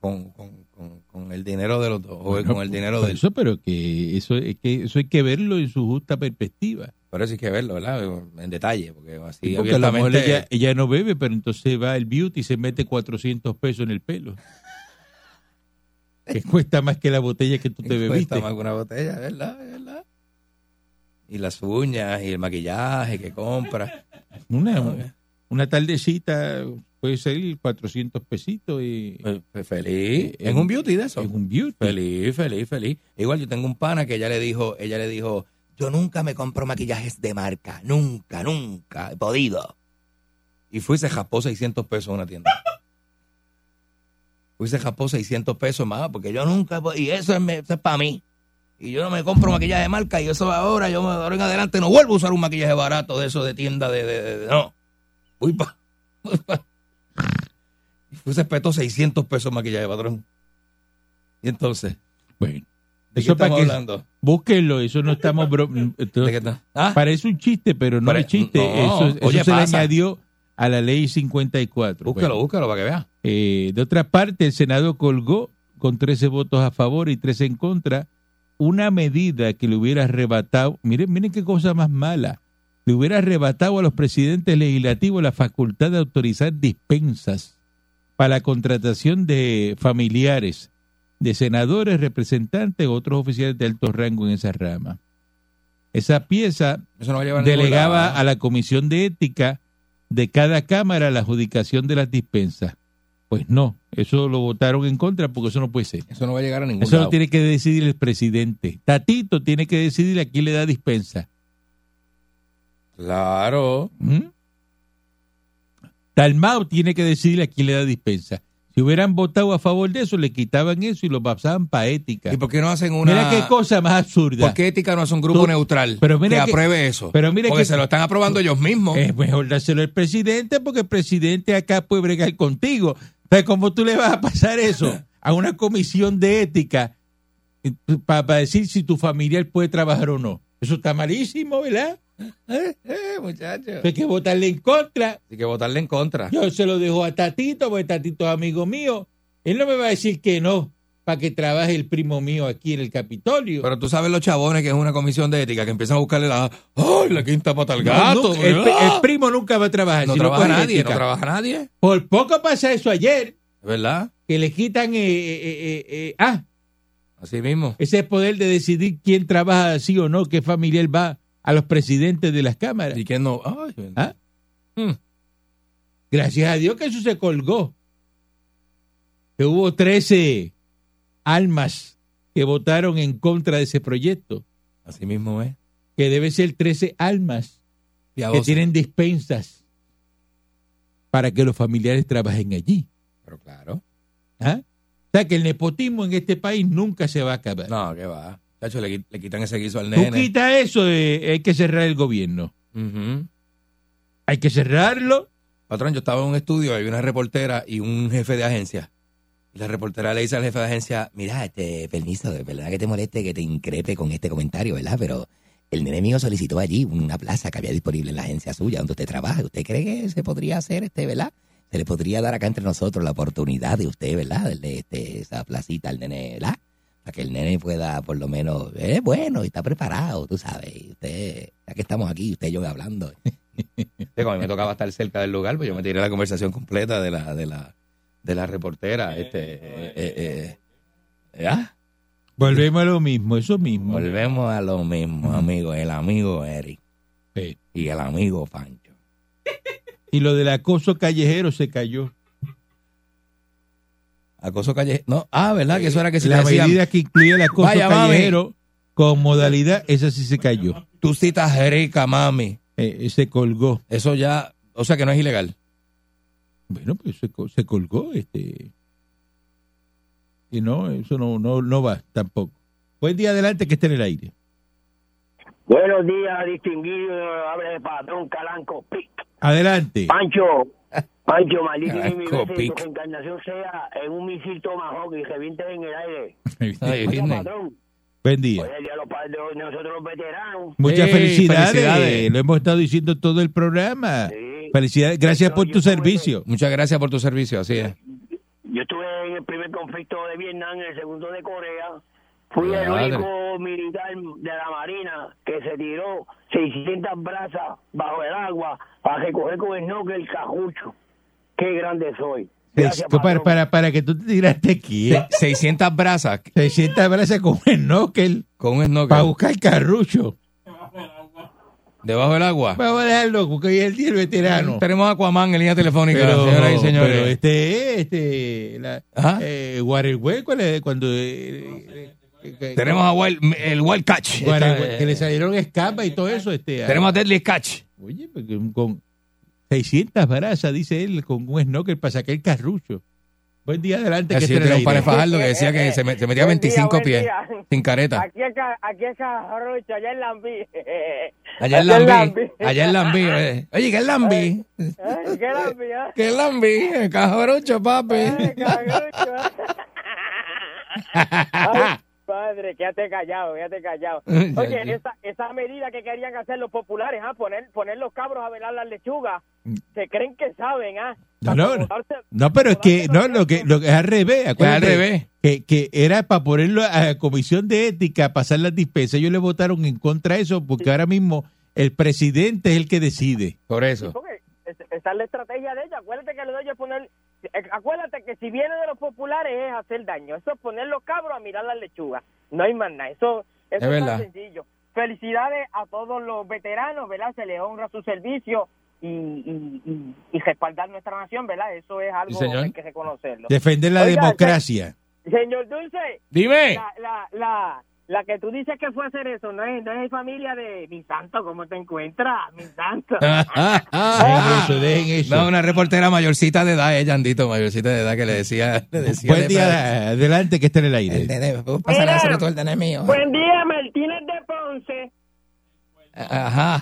Con, con- con- con el dinero de los dos. O Bueno, pues, con el dinero por de él. eso pero que eso es que eso hay que verlo en su justa perspectiva Por eso hay que verlo, ¿verdad? En detalle, porque así porque a lo mejor abiertamente- ella, ella no bebe pero entonces va el beauty y se mete 400 pesos en el (laughs) pelo que cuesta más que la botella que tú te Cuesta bebiste más que una botella, ¿verdad? Es ¿verdad? Y las uñas y el maquillaje que (laughs) compra. Ah, Una, una tardecita puede salir 400 pesitos y, Fe- fe- Pues, Feliz. Eh, Es un beauty de eso. en un beauty. Feliz, feliz, feliz. Igual yo tengo un pana que ella le dijo, ella le dijo, yo nunca me compro maquillajes de marca, nunca, nunca, he podido. Y fui y se japó 600 pesos en una tienda. Fui y se japó 600 pesos más, porque yo nunca, he pod- y eso es, me- eso es para mí. Y yo no me compro maquillaje de marca, y eso ahora, yo me- de ahora en adelante no vuelvo a usar un maquillaje barato de eso de tienda de... de- de- de- no. Fui pa. (laughs) fui pa- Y fui y se petó 600 pesos en maquillaje, patrón. Y entonces... Bueno, ¿De Eso qué estamos para que- hablando? búsquenlo, eso no estamos... bro- esto- (laughs) ¿De qué está- Ah, parece un chiste, pero no Pare- es chiste. no, eso eso oye, se le pasa. añadió a la ley 54. búscalo, Bueno, búscalo para que vea. eh, de otra parte, el Senado colgó con 13 votos a favor y 13 en contra una medida que le hubiera arrebatado, miren, miren qué cosa más mala, le hubiera arrebatado a los presidentes legislativos la facultad de autorizar dispensas para la contratación de familiares, de senadores, representantes, otros oficiales de alto rango en esa rama. Esa pieza Eso no va a llevar a ningún delegaba lado, ¿no? a la comisión de ética de cada cámara la adjudicación de las dispensas. Pues no, eso lo votaron en contra porque eso no puede ser. Eso no va a llegar a ningún Eso lo lado. tiene que decidir el presidente. Tatito tiene que decidir a quién le da dispensa. Claro. ¿Mm? Dalmau tiene que decidir a quién le da dispensa. Si hubieran votado a favor de eso, le quitaban eso y lo pasaban para ética. ¿Y por qué no hacen una... Mira qué cosa más absurda. ¿Por qué ética no hace un grupo Tú- neutral pero mira que, que- apruebe eso? pero mira Eh. Porque que- se lo están aprobando ellos mismos. Es mejor dárselo al presidente porque el presidente acá puede bregar contigo. Entonces, ¿cómo tú le vas a pasar (laughs) eso a una comisión de ética eh, para decir si tu familiar puede trabajar o no? Eso está malísimo, ¿verdad? Eh, muchachos. Hay que votarle en contra. Así que votarle en contra. Yo se lo dejo a Tatito, porque Tatito es amigo mío. Él no me va a decir que no para que trabaje el primo mío aquí en el Capitolio. Pero tú sabes los chabones que es una comisión de ética que empiezan a buscarle la, ¡ay, la quinta pata al No, gato! nunca- el, ¡Ah! el primo nunca va a trabajar. no si trabaja coge nadie, ética. no trabaja nadie, Por poco pasa eso ayer. ¿verdad? que le quitan eh, eh, eh, eh, ah, Así mismo. ese poder de decidir quién trabaja así o no, qué familiar va a los presidentes de las cámaras. ¿Y quién no? Ay, ¿Ah? Hmm. Gracias a Dios que eso se colgó. Que hubo 13 almas que votaron en contra de ese proyecto, Así mismo es. que debe ser 13 almas que Piadoso. tienen dispensas para que los familiares trabajen allí. Pero claro. ¿ah? O sea que el nepotismo en este país nunca se va a acabar. No, que va. Chacho, le, qui- le quitan ese guiso al Tú nene. quita eso, eh, hay que cerrar el gobierno. Ujú. Hay que cerrarlo. Patrón, yo estaba en un estudio, había una reportera y un jefe de agencia. Y la reportera le dice al jefe de agencia, Mira, este, permiso, de verdad que te moleste que te increpe con este comentario, ¿verdad? Pero el nene mío solicitó allí una plaza que había disponible en la agencia suya donde usted trabaja. ¿Usted cree que se podría hacer, este, verdad? Se le podría dar acá entre nosotros la oportunidad de usted, ¿verdad? Darle este, esa placita al nene, ¿verdad? Para que el nene pueda, por lo menos, eh, bueno, y está preparado, tú sabes. Y Usted, ya que estamos aquí, usted y yo hablando. Sí, como a mí me tocaba estar cerca del lugar, pues yo me tiré la conversación completa de la, de la, de la reportera. Este, eh, eh, eh, ¿ah? Volvemos a lo mismo, eso mismo. Volvemos a lo mismo, amigo, el amigo Eric Sí. y el amigo Pancho. Y lo del acoso callejero se cayó. Acoso callejero. No, ah, ¿verdad? Que eso era que si la te decían, medida que incluye el acoso "Vaya, mami". callejero con modalidad, esa sí se cayó. tú citas rica, mami. Eh, eh, se colgó. Eso ya, o sea que no es ilegal. Bueno, pues se, co- se colgó. este Y no, eso no, no, no va tampoco. Buen día adelante que esté en el aire. Buenos días, distinguido. Abre el patrón Calanco Pic. Adelante. Pancho, Pancho, maldito y mi Calanco veces, Pic. tu encarnación sea en un misil tomahawk y reviente en el aire. Ay, Oiga, Disney. patrón, (laughs) Buen día. hoy es el día de los padres de hoy, nosotros los veteranos. Muchas Ey, felicidades. felicidades. Lo hemos estado diciendo todo el programa. Sí. Felicidades. Gracias No, por yo tu estuve- servicio. Muchas gracias por tu servicio, así es. Yo estuve en el primer conflicto de Vietnam, en el segundo de Corea. Fui Madre. el único militar de la Marina que se tiró 600 brasas bajo el agua para recoger con el noque el cajucho. Qué grande soy. Gracias, Disculpa, para, patrón. para, para que tú te tiraste aquí. ¿eh? 600 brasas 600 abrazas con el Nokel con un para snorkel buscar el carrucho. debajo del agua. Vamos a dejarlo porque hoy es el día del veterano. Tenemos a Aquaman en línea telefónica, Pero, señoras y pero señores. ¿Ah? este, este, la, Ajá. eh, Guarelhue, ¿cuál es? Cuando, eh, eh, eh, Tenemos a Wild- el Wild Catch. Guarelhue, Está, eh, que le salieron escamas y todo eso. Este, a- tenemos a Deadly Catch. Oye, porque un- con 600 barazas, dice él, con un snorkel para sacar el carrucho. Buen día adelante. Así Que esté yo en tenía un el pana aire. Fajardo que decía que se, me- se metía 25 buen pies día. sin careta. Aquí es, ca- aquí es Carrucho, allá en Lambí. Allá en Allá en Lambí. Lambí. Allá en Lambí. eh. Oye, ¿qué es Lambí? Ay, ¿Qué Lambí, eh? ¿Qué es Lambí? El Cajarocho, papi. (laughs) Ay, Carrucho, eh. (laughs) Ay, padre, quédate callado, quédate callado. Oye, esa, esa medida que querían hacer los populares, ah, poner, poner los cabros a velar las lechugas, se creen que saben, ah. No, no, no. Acomodarse- No, pero es que, no, lo que, lo que es al revés, acuérdate. Es al revés. Que, que era para ponerlo a la comisión de ética, pasar las dispensas. Ellos le votaron en contra de eso porque ahora mismo El presidente es el que decide. Por eso. Porque es- esa es la estrategia de ella. Acuérdate que lo de ella es poner. eh, Acuérdate que si viene de los populares es hacer daño. Eso es poner los cabros a mirar las lechugas. No hay más nada. Eso, eso Es es, verdad. tan sencillo. Felicidades a todos los veteranos, ¿verdad? Se les honra su servicio y, y, y- y respaldar nuestra nación, ¿verdad? Eso es algo Sí, señor. que hay que reconocerlo. Defender la Oiga, democracia. Señor Dulce, Dime. la, la, la, la que tú dices que fue a hacer eso, no es, no es familia de mi santo, ¿cómo te encuentras? Mi santo. Ah, Dejen eso, (laughs) dejen eso. No, una reportera mayorcita de edad, ella, Andito, mayorcita de edad, que le decía. Le decía Buen día, adelante que esté en El el Eh, aire. nene, vamos a pasar a Mira. pues, sobre todo el nene mío. Buen día, Martínez de Ponce. Ajá.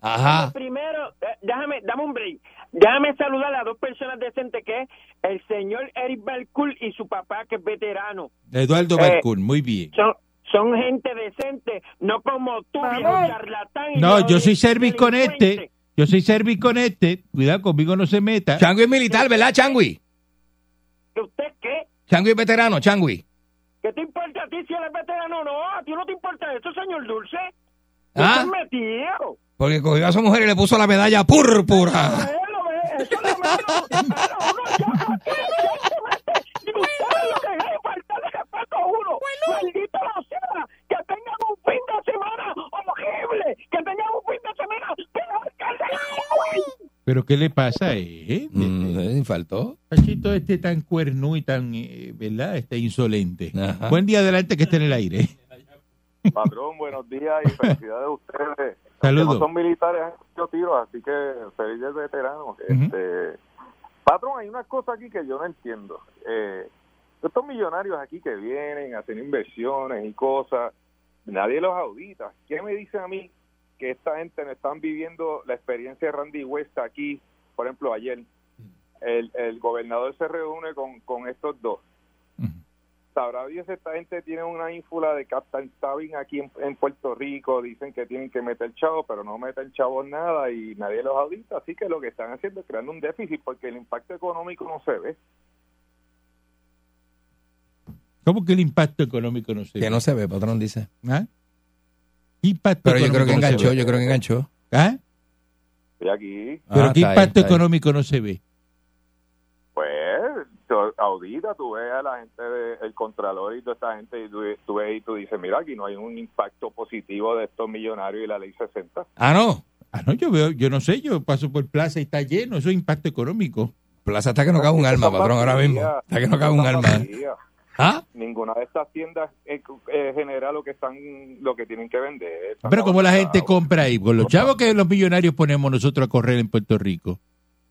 Ah. Ajá. Primero, eh, déjame, dame un break. Déjame saludar a dos personas decentes que es el señor Eric Balcool y su papá que es veterano. Eduardo Eh, Balcún, muy bien. Son, son gente decente, no como tú, viejo charlatán. y No, yo soy delincuente. Service Connected. Yo soy Service Connected. Cuidado, conmigo no se meta. Changui es militar, ¿verdad, Changui? ¿Que ¿Usted qué? Changui es veterano, Changui. ¿Qué te importa a ti si eres veterano o no? Ah, A ti no te importa eso, señor Dulce. No ¿Ah? estás metido. Porque cogió a su mujer y le puso la medalla púrpura. Bueno, eh, eso es lo menos. Pero uno ya no tiene que meter. Y ustedes lo que hay es faltarle respeto a uno. Maldita la sea, que tengan un fin de semana horrible, que tengan un fin de semana peor que el de Halloween. Pero ¿qué le pasa? Eh? Mm, eh, faltó. Cachito este tan cuerno y tan, eh, ¿verdad? Este insolente. Ajá. Buen día, adelante que esté en el aire. Patrón, buenos días y felicidades a ustedes. (laughs) Saludos. No son militares, han hecho tiros, así que feliz del veterano. Ujú. Este, patrón, hay una cosa aquí que yo no entiendo. Eh, estos millonarios aquí que vienen, hacen inversiones y cosas, nadie los audita. ¿Qué me dice a mí que esta gente no están viviendo la experiencia de Randy West aquí? Por ejemplo, ayer el, el gobernador se reúne con, con estos dos sabrá Dios esta gente tiene una ínfula de Captain Sabin aquí en, en Puerto Rico, dicen que tienen que meter chavos, pero no meten chavos nada y nadie los audita, así que lo que están haciendo es creando un déficit porque el impacto económico no se ve. ¿Cómo que el impacto económico no se Que ve? no se ve, patrón, dice. ¿Ah? Impacto Pero yo creo que económico no se enganchó, ve. yo creo que enganchó. ¿Ah? Y aquí, ¿Pero este Ah, qué está ahí, impacto está ahí. económico no se ve? pues, tú audita, tú ves a la gente, de- el contralor y toda esta gente, y tú, tú ves y tú dices, mira, aquí no hay un impacto positivo de estos millonarios y la ley 60. Ah, no. Ah, no, yo veo, yo no sé, yo paso por plaza y está lleno, eso es impacto económico. Plaza hasta que no caga un alma, Esta patrón, ahora mismo. factoría- Hasta que no caga un esta alma. factoría. ¿Ah? ninguna de estas tiendas eh, eh, genera lo que están lo que tienen que vender Están Pero como la gente avanzados, compra ahí, con los chavos que los millonarios ponemos nosotros a correr en Puerto Rico.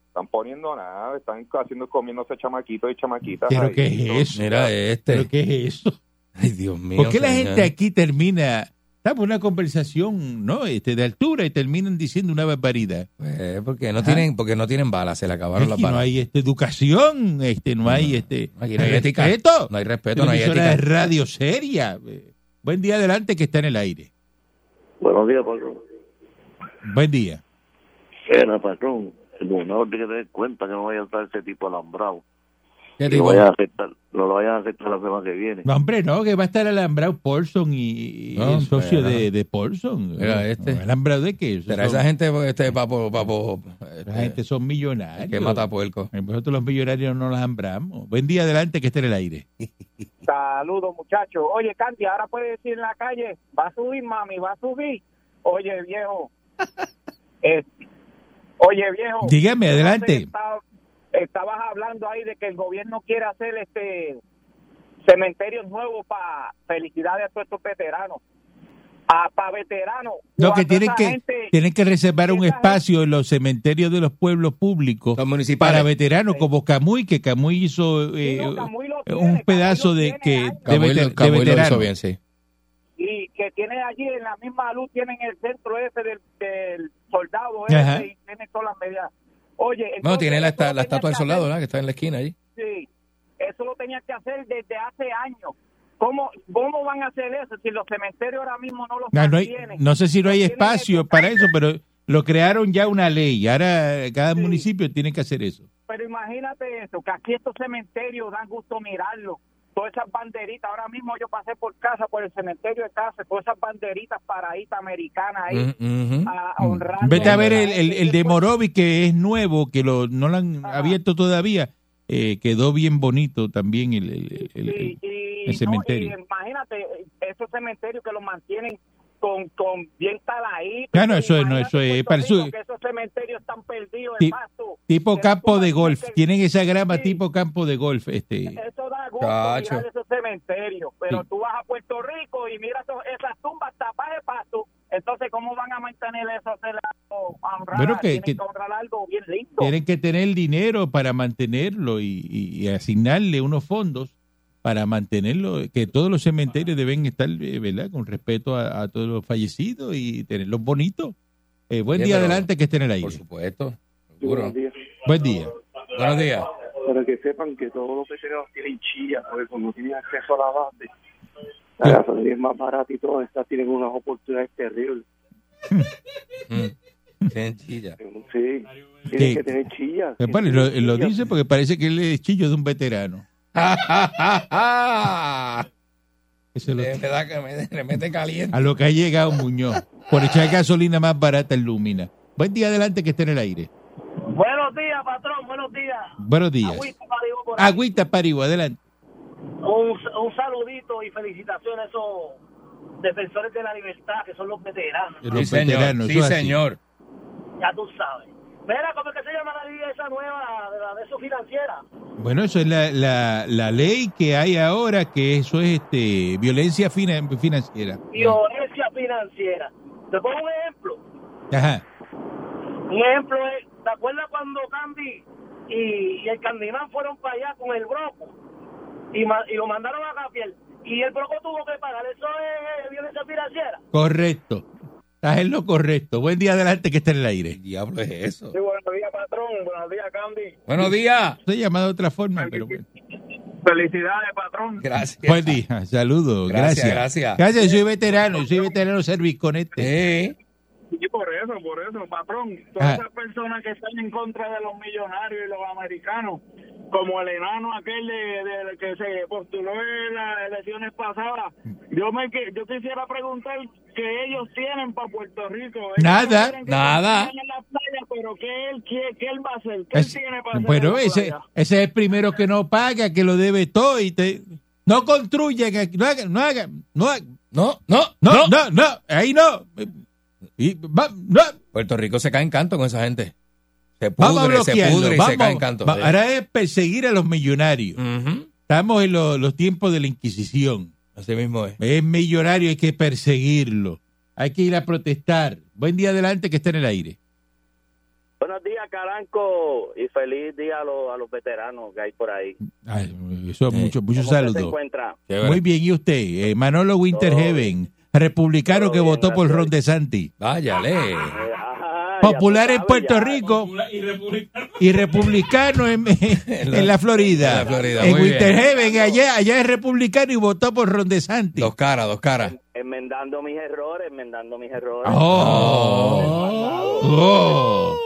están poniendo nada están haciendo comiéndose chamaquitos y chamaquitas Pero ahí. qué es eso. Mira ¿Pero este. qué es eso? Ay, Dios mío. ¿Por qué la señor. gente aquí termina, estamos en una conversación, ¿no? Este, de altura y terminan diciendo una barbaridad. Pues, porque no tienen, porque no tienen balas, se le acabaron las Aquí no balas. hay este, educación, este, no hay este Aquí no hay ética. respeto. No hay respeto, Una no hay emisora de ética. radio seria. Eh, Buen día adelante que está en el aire. Buenos días, patrón. Buen día. Era, patrón. El gobernador tiene que tener cuenta que no vaya a estar ese tipo alambrado. Que ¿Qué lo tipo? vayan a aceptar, no lo vayan a aceptar la semana que viene. No, hombre, no, que va a estar alambrado Paulson y, y No, el socio pero- de, de Paulson. Mira, este. No, ¿Alambrado de qué? Esos ¿Será son- esa gente, este, papo, papo, este, La gente son millonarios. Pues que mata puerco? Nosotros los millonarios no los ambramos. Buen día adelante que esté en el aire. Saludos, muchachos. Oye, Candy, ahora puedes decir en la calle, va a subir, mami, va a subir. Oye, viejo. Eh, oye, viejo. Dígame, Yo no sé, adelante. estaba- Estabas hablando ahí de que el gobierno quiere hacer este cementerios nuevos para felicidades a todos estos veteranos. para veteranos. No, que Cuando tienen esa que, gente- tienen que reservar un esa espacio en los cementerios de los pueblos públicos Son para municipales. veteranos, como Camuy, que Camuy hizo eh, Sí, no, Camuy lo tiene, un Camuy pedazo lo de tiene, que ay. de, Camuy veter- lo- de Camuy lo hizo veterano. bien, sí. y que tiene allí en la misma luz, tienen el centro ese del, del soldado Ajá. ese y tiene todas las medidas. Oye, No, entonces, tiene la, eso esta- lo la tenías estatua del que soldado, hacer, ¿verdad? Que está en la esquina allí. Sí, eso lo tenían que hacer desde hace años. ¿Cómo, ¿Cómo van a hacer eso si los cementerios ahora mismo no los No, no hay- mantienen? no sé si no hay Tienen espacio eso. para eso, pero lo crearon ya una ley. Ahora cada municipio tiene que hacer eso. Pero imagínate eso, que aquí estos cementerios dan gusto mirarlos. todas esas banderitas, ahora mismo yo pasé por casa, por el cementerio de casa, todas esas banderitas paraítas americanas ahí, Mm, mhm. a, a honrar. pues. Vete a ver el, el, el de Morovi, que es nuevo, que lo, no lo han abierto todavía. Eh, quedó bien bonito también el, el- el- el- y, el no, cementerio. y imagínate, esos cementerios que los mantienen con, con bien taladitos. Ah, no, eso es- no, eso Imagínate es- para Puerto su- Rico, que esos cementerios están perdidos en Ti- pasto. tipo campo de golf. Tienen esa grama Sí. tipo campo de golf. este Eso da gusto Cacho. mirar esos cementerios, pero Sí. tú vas a Puerto Rico y miras to- esas tumbas tapadas de pasto, entonces ¿cómo van a mantener eso? Hacer algo, a honrar, Bueno, que- tienen que- que honrar algo bien lindo. Tienen que tener el dinero para mantenerlo y, y- y asignarle unos fondos para mantenerlo, que todos los cementerios deben estar, eh, ¿verdad?, con respeto a, a todos los fallecidos y tenerlos bonitos. Eh, buen Oye, día pero- adelante que estén en el aire. Por supuesto. Sí, Ah. Seguro. buenos días. Buen día. Buenos días. Para que sepan que todos los veteranos tienen chilla, porque pues, cuando tienen acceso a la base, la Claro. gasolina es más barata y todas estas tienen unas oportunidades terribles. Tienen chilla. Sí, Que- tienen que tener chilla. Eh, bueno, lo, lo dice porque parece que él es chillo de un veterano. Eso lo- (laughs) Le, le da que me- le mete caliente. a lo que ha llegado Muñoz, por echar gasolina más barata en Lumina. Buen día adelante que esté en el aire. Buenos días, patrón, buenos días. Ah, Buenos días. Agüita, digo, por ahí. Agüita Parigo, adelante. Un, un saludito y felicitaciones a esos defensores de la libertad que son los veteranos. Los Sí, señor. veteranos, Sí, eso es así. señor. Ya tú sabes. Mira, ¿cómo es que se llama la ley esa nueva, de la de su financiera? Bueno, eso es la, la, la ley que hay ahora, que eso es este violencia fina- financiera. Violencia financiera. Te pongo un ejemplo. Ajá. Un ejemplo es, ¿te acuerdas cuando Candy y, y el Candimán fueron para allá con el broco y, ma- y lo mandaron a Capiel? Y el broco tuvo que pagar. Eso es eh, violencia financiera. Correcto. Estás en lo correcto. Buen día adelante que esté en el aire. Diablo es eso. Sí, buenos días, patrón. Buenos días, Candy. Buenos días. Se llamado de otra forma, pero bueno. Felicidades, patrón. Gracias. Buen día, saludos, Gracias, gracias. gracias. Gracias, soy veterano, soy veterano este. serviconete. Sí. Y por eso, por eso, patrón. Ah. Todas esas personas que están en contra de los millonarios y los americanos, como el enano aquel de, de- que se postuló en las elecciones pasadas, yo me que- yo quisiera preguntar qué ellos tienen para Puerto Rico. Ellos Nada, no quieren que nada. se vayan a la playa, pero ¿qué él, qué, qué él va a hacer? ¿Qué Es- él tiene para hacer en bueno, la ese, playa? ese es el primero que no paga, que lo debe todo y te... No construyan, aquí, no hagan, no hagan, no hagan. No, no, No, no, no, ahí no. Y va- no. Puerto Rico se cae en canto con esa gente. Se Vamos a pudre, se bloquearlo, pudre y se eh. vamos- cae en canto. va- ahora es perseguir a los millonarios. Ujú. Estamos en lo- los tiempos de la Inquisición. Así mismo es. Es millonario, hay que perseguirlo. Hay que ir a protestar. Buen día adelante que está en el aire. Buenos días, Caranco, y feliz día a, los- a los veteranos que hay por ahí. Ay, eso, Sí. mucho, muchos Eh, ¿Cómo usted se saludos. encuentra? Chévere. Muy bien, ¿y usted? Eh, Manolo Winterheaven, republicano todo que bien, votó por gracias. Ron DeSanti. Váyale. Eh, ajá, ya Popular tú en sabes, Puerto ya. Rico y republicano en, en la Florida. En la Florida, En muy bien. Winterheaven, allá, allá es republicano y votó por Ron DeSanti. Dos caras, dos caras. Enmendando mis errores, enmendando mis errores. Oh. Oh.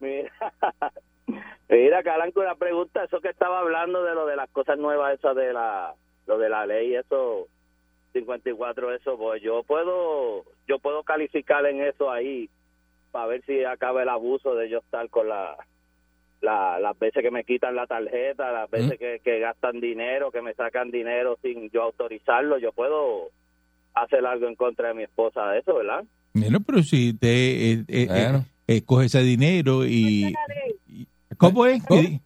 Mira, (laughs) mira, Caranco, una pregunta, eso que estaba hablando de lo de las cosas nuevas, eso de la, lo de la ley, eso 54, eso, pues yo puedo, yo puedo calificar en eso ahí para ver si acaba el abuso de yo estar con la, la- las veces que me quitan la tarjeta, las veces que, que gastan dinero, que me sacan dinero sin yo autorizarlo, yo puedo hacer algo en contra de mi esposa de eso, ¿verdad? Bueno, pero si usted eh, eh, Bueno. eh, eh, coge ese dinero Pues y... y- ¿Cómo es? ¿Cómo? Que,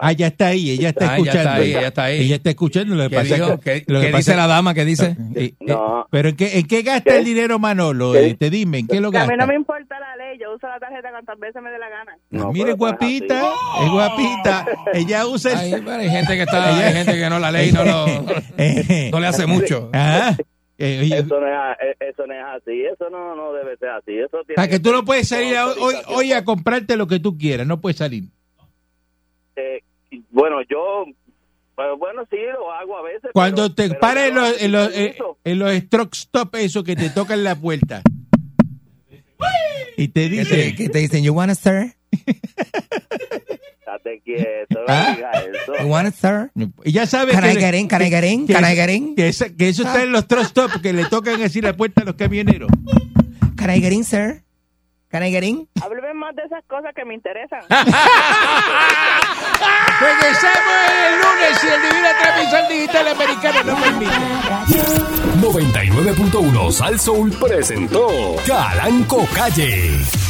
Ah, ya está ahí, ella está Ah, ya escuchando. está ahí, ella está ahí. Ella está escuchando. Lo que ¿Qué, pasa es dijo? que- ¿Qué- lo que qué pasa dice la dama? ¿qué dice? Eh, eh, pues, No. Pero en qué, en qué gasta ¿Qué? el dinero Manolo? ¿Qué? Eh, Te dime, ¿en qué lo A mí no gasta? me importa la ley, yo uso la tarjeta cuantas veces me dé la gana. No, Mire, pero no es guapita, es guapita. Ella usa el... Ay, pero hay gente que está, hay gente que no la ley no, lo- Eh, no le (laughs) hace mucho. ah, eh, oye, Eso no, es, a- eh, eso no es así, eso no, no debe ser así. Eso tiene o sea, que tú no puedes salir a- con hoy, autorización. hoy a comprarte lo que tú quieras, no puedes salir. Eh, bueno, yo, pues, bueno, sí, lo hago a veces. Cuando pero- te pero paras en no, los, en los, eh, permiso. en los truck stop, eso que te tocan la puerta. Y te ¿Qué te, dice, qué te dicen? ¿You wanna, sir? eh, Estate quieto, no Ah. diga eso. One third. Y ya sabes Can I que- get in? Can I get in? que- Can I que- get in? Que, esa- que eso está en los trust stop que le tocan así la puerta a los camioneros. Can I get in, sir? Can I get in? Hábleme más de esas cosas que me interesan. Regresamos el lunes y el Divina Transmisión Digital Americana no permite. 99.1 Sal Soul presentó Calanco Calle.